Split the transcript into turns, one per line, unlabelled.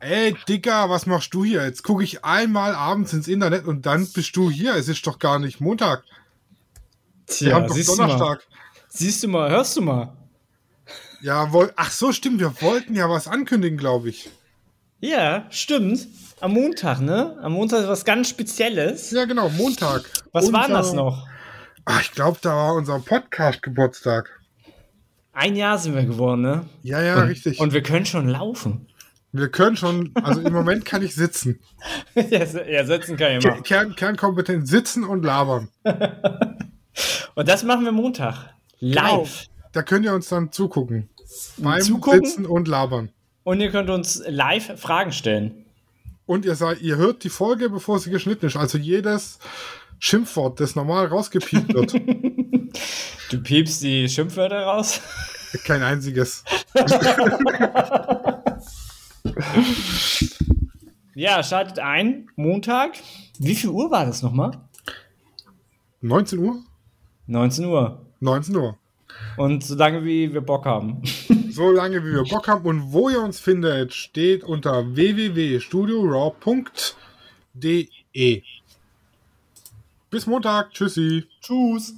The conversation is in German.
Ey, Dicker, was machst du hier? Jetzt gucke ich einmal abends ins Internet und dann bist du hier. Es ist doch gar nicht Montag. Wir
Tja,
haben doch
siehst du mal.
Donnerstag.
Siehst du mal, hörst du mal.
Ja, woll Ach so, stimmt. Wir wollten ja was ankündigen, glaube ich.
Ja, stimmt. Am Montag, ne? Am Montag ist was ganz Spezielles.
Ja, genau, Montag.
Was war
Unser-
das noch?
Ach, ich glaube, da war unser Podcast-Geburtstag.
Ein Jahr sind wir geworden, ne?
Ja, ja, richtig.
Und wir können schon laufen.
wir können schon, also im Moment kann ich sitzen.
ja, se- ja, setzen kann ich
Ke-
machen.
Kern, Kernkompetenz sitzen und labern.
Und das machen wir Montag. Live.
Da könnt ihr uns dann zugucken. Beim
Zugucken?
Sitzen und Labern.
Und ihr könnt uns live Fragen stellen.
Und ihr seid, ihr hört die Folge, bevor sie geschnitten ist. Also jedes Schimpfwort, das normal rausgepiept wird.
Du piepst die Schimpfwörter raus.
Kein einziges.
Ja, schaltet ein. Montag. Wie viel Uhr war das nochmal?
19 Uhr?
19 Uhr.
19 Uhr.
Und so lange wie wir Bock haben.
So lange, wie wir Bock haben. Und wo ihr uns findet, steht unter www.studioraw.de. Bis Montag. Tschüssi.
Tschüss.